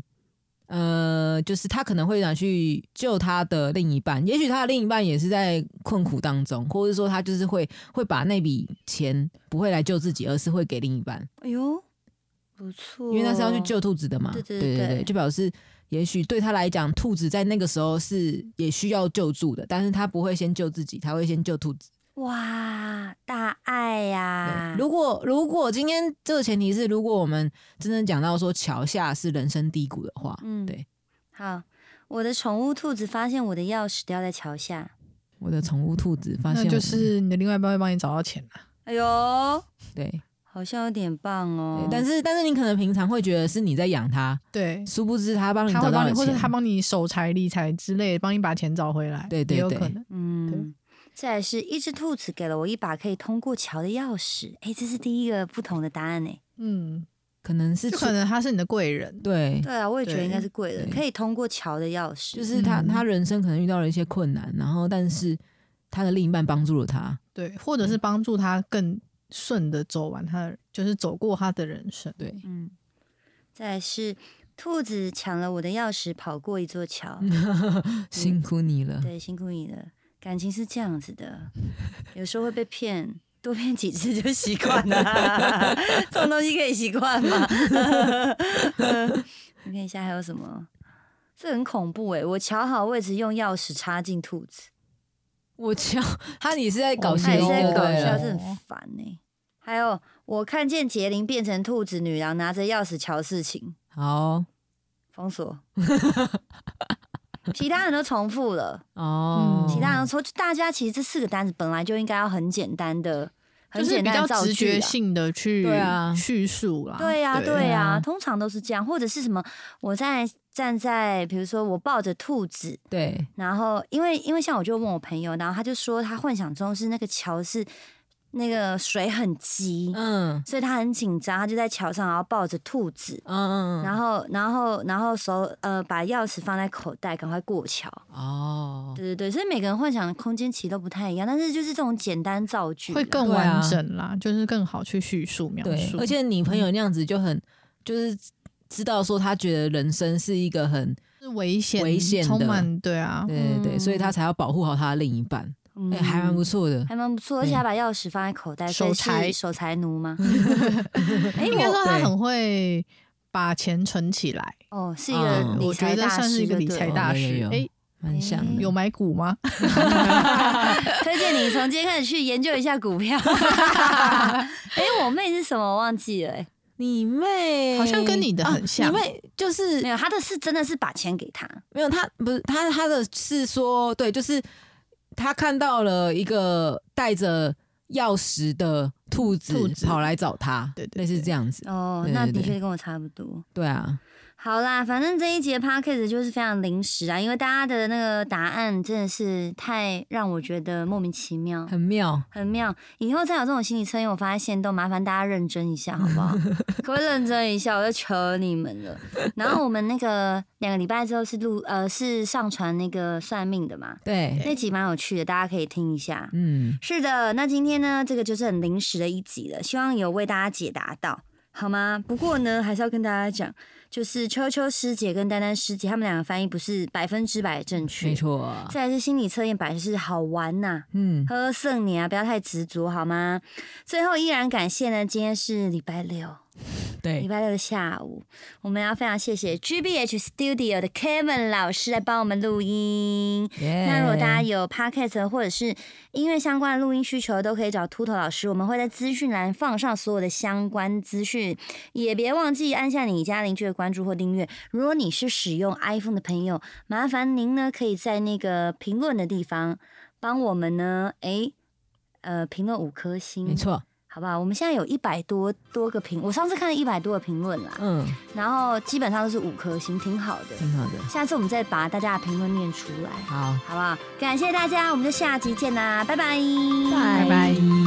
Speaker 2: 呃，就是他可能会拿去救他的另一半，也许他的另一半也是在困苦当中，或者说他就是会会把那笔钱不会来救自己，而是会给另一半，
Speaker 1: 哎呦，不错，哦
Speaker 2: 因为他是要去救兔子的嘛。
Speaker 1: 对
Speaker 2: 哦对
Speaker 1: 对
Speaker 2: 对
Speaker 1: 对
Speaker 2: 就表示也许对他来讲，兔子在那个时候是也需要救助的，但是他不会先救自己，他会先救兔子。
Speaker 1: 哇，大爱呀、
Speaker 2: 对，如果如果今天这个前提是，如果我们真正讲到说桥下是人生低谷的话，
Speaker 1: 嗯
Speaker 2: 对，
Speaker 1: 好，我的宠物兔子发现我的钥匙掉在桥下，
Speaker 2: 我的宠物兔子发现
Speaker 3: 那
Speaker 2: 我
Speaker 3: 就是你的另外一半会帮你找到钱啊。
Speaker 1: 哎呦，
Speaker 2: 对
Speaker 1: 好像有点棒哦
Speaker 2: 对，，但是但是你可能平常会觉得是你在养它，
Speaker 3: 对，
Speaker 2: 殊不知它帮你
Speaker 3: 他
Speaker 2: 找
Speaker 3: 会
Speaker 2: 到
Speaker 3: 帮
Speaker 2: 了
Speaker 3: 你，或者他
Speaker 2: 钱。
Speaker 3: 帮你守财理财之类，帮你把钱找回来。
Speaker 2: 对对
Speaker 3: 也有
Speaker 2: 对
Speaker 3: 可能。
Speaker 1: 嗯，再来是一只兔子给了我一把可以通过桥的钥匙，哎，这是第一个不同的答案呢。
Speaker 3: 嗯，
Speaker 2: 可能是
Speaker 3: 就
Speaker 2: 出
Speaker 3: 可能他是你的贵人。
Speaker 2: 对，
Speaker 1: 对啊，我也觉得应该是贵的，
Speaker 2: 对
Speaker 1: 可以通过桥的钥匙，
Speaker 2: 就是他
Speaker 3: 嗯
Speaker 2: 他人生可能遇到了一些困难，然后但是他的另一半帮助了 他。
Speaker 3: 对，
Speaker 2: 嗯
Speaker 3: 或者是帮助他更顺的走完他的，就是走过他的人生。
Speaker 2: 对，
Speaker 1: 嗯，再来是兔子抢了我的钥匙，跑过一座桥。
Speaker 2: 嗯辛苦你了。
Speaker 1: 对，辛苦你了。感情是这样子的，有时候会被骗，多骗几次就习惯了。 这种东西可以习惯吗？ 我看一下还有什么，这很恐怖哎、我瞧好位置，用钥匙插进兔子，
Speaker 2: 我敲他，你是在搞
Speaker 3: 哦
Speaker 2: 笑
Speaker 1: 他也是在
Speaker 2: 就
Speaker 1: 搞
Speaker 2: 对
Speaker 1: 笑，
Speaker 2: 了
Speaker 1: 这很烦哎、还有，我看见杰林变成兔子女郎，拿着钥匙瞧事情，
Speaker 2: 好
Speaker 1: 封 锁。其他人都重复了。
Speaker 2: 哦，
Speaker 1: 嗯其他人说，就大家其实这四个单子本来就应该要很简单的，很
Speaker 3: 就是
Speaker 1: 简
Speaker 3: 比
Speaker 1: 单
Speaker 3: 较
Speaker 1: 的造
Speaker 3: 直
Speaker 1: 句
Speaker 3: 觉
Speaker 1: 啊。
Speaker 3: 性的去
Speaker 2: 对啊
Speaker 3: 叙述啦。
Speaker 1: 对呀、对呀、
Speaker 2: 啊
Speaker 1: 通常都是这样，或者是什么？我在站在，比如说我抱着兔子，
Speaker 2: 对
Speaker 1: 然后因为因为像我就问我朋友，然后他就说他幻想中是那个桥是那个水很急，
Speaker 2: 嗯
Speaker 1: 所以他很紧张，他就在桥上，然后抱着兔子，
Speaker 2: 嗯嗯，
Speaker 1: 然后然后然后手呃把钥匙放在口袋，赶快过桥。
Speaker 2: 哦，
Speaker 1: 对对对，所以每个人幻想的空间其实都不太一样，但是就是这种简单造句
Speaker 3: 会
Speaker 1: 啦
Speaker 3: 更
Speaker 2: 对
Speaker 3: 完
Speaker 2: 啊
Speaker 3: 整啦，就是更好去叙述描
Speaker 2: 对，
Speaker 3: 述。
Speaker 2: 而且你朋友那样子就很就是知道说他觉得人生是一个很
Speaker 3: 是危险，
Speaker 2: 危险的
Speaker 3: 充满对啊，
Speaker 2: 对对对，
Speaker 1: 嗯
Speaker 2: 所以他才要保护好他的另一半，
Speaker 1: 嗯
Speaker 2: 哎，还蛮不错的。
Speaker 1: 还蛮不错，而且
Speaker 2: 嗯
Speaker 1: 还把钥匙放在口袋，所以
Speaker 3: 守
Speaker 1: 是
Speaker 3: 财
Speaker 1: 守财奴吗？哎，
Speaker 3: 应该
Speaker 1: 我
Speaker 3: 说他
Speaker 2: 对
Speaker 3: 很会把钱存起来，
Speaker 1: 哦是一个
Speaker 2: 嗯
Speaker 1: 理
Speaker 3: 我觉
Speaker 1: 财
Speaker 3: 得
Speaker 1: 大
Speaker 3: 算
Speaker 1: 师
Speaker 3: 是一
Speaker 1: 就
Speaker 3: 个理
Speaker 1: 对
Speaker 3: 财
Speaker 1: 了
Speaker 3: 大
Speaker 2: 哦有嗯
Speaker 3: 师
Speaker 2: 有。有
Speaker 3: 哎，
Speaker 2: 蛮像的，
Speaker 3: 有买股吗？
Speaker 1: 推荐你从今天开始去研究一下股 票。哎，我妹是什么？我忘记了。哎
Speaker 2: 你妹
Speaker 3: 好像跟你的
Speaker 2: 啊
Speaker 3: 很像
Speaker 2: 你妹就是
Speaker 1: 没有，她的是真的是把钱给他，
Speaker 2: 没有，他不是他，他的是说，对，就是他看到了一个带着钥匙的兔子
Speaker 3: 兔子
Speaker 2: 跑来找他，
Speaker 3: 对对对
Speaker 2: 类似这样子。
Speaker 1: 哦，
Speaker 2: 对
Speaker 1: 那
Speaker 2: 对
Speaker 1: 的
Speaker 2: 对
Speaker 1: 确跟我差不多。
Speaker 2: 对啊，
Speaker 1: 好啦，反正这一节 p o d c a s t 就是非常临时啊，因为大家的那个答案真的是太让我觉得莫名其妙。
Speaker 2: 很妙。
Speaker 1: 很妙，以后再有这种心理测验，我发现都麻烦大家认真一下，好不好？ 各位认真一下，我就求你们了。然后我们那个两个礼拜之后是录呃是上传那个算命的嘛，
Speaker 2: 对，
Speaker 1: 那集蛮有趣的，大家可以听一下。
Speaker 2: 嗯，
Speaker 1: 是的，那今天呢，这个就是很临时的一集了，希望有为大家解答到，好吗？不过呢，还是要跟大家讲，就是秋秋师姐跟丹丹师姐，他们两个翻译不是百分之百正确，
Speaker 2: 没。错。啊
Speaker 1: 再来是心理测验版，就是好玩呐、
Speaker 2: 嗯，
Speaker 1: 喝剩你啊，不要太执着好吗？最后依然感谢呢，今天是礼拜六，礼
Speaker 2: 对，
Speaker 1: 拜六的下午，我们要非常谢谢 GBH Studio 的 Kevin 老师来帮我们录音。那如果大家
Speaker 2: 耶
Speaker 1: 有 podcast 或者是音乐相关的录音需求，都可以找秃头老师，我们会在资讯栏放上所有的相关资讯，也别忘记按下你家邻居的关注或订阅。如果你是使用 iPhone 的朋友，麻烦您呢可以在那个评论的地方帮我们呢，诶，呃，评论五颗
Speaker 2: 没
Speaker 1: 星，
Speaker 2: 错，
Speaker 1: 好不好？我们现在有一百多多个评，我上次看了一百多个评论啦，
Speaker 2: 嗯，
Speaker 1: 然后基本上都是五颗星，挺好的。
Speaker 2: 挺好的。
Speaker 1: 下次我们再把大家的评论念出来。
Speaker 2: 好，
Speaker 1: 好不好？感谢大家，我们就下集见啦，拜拜，
Speaker 3: 拜拜。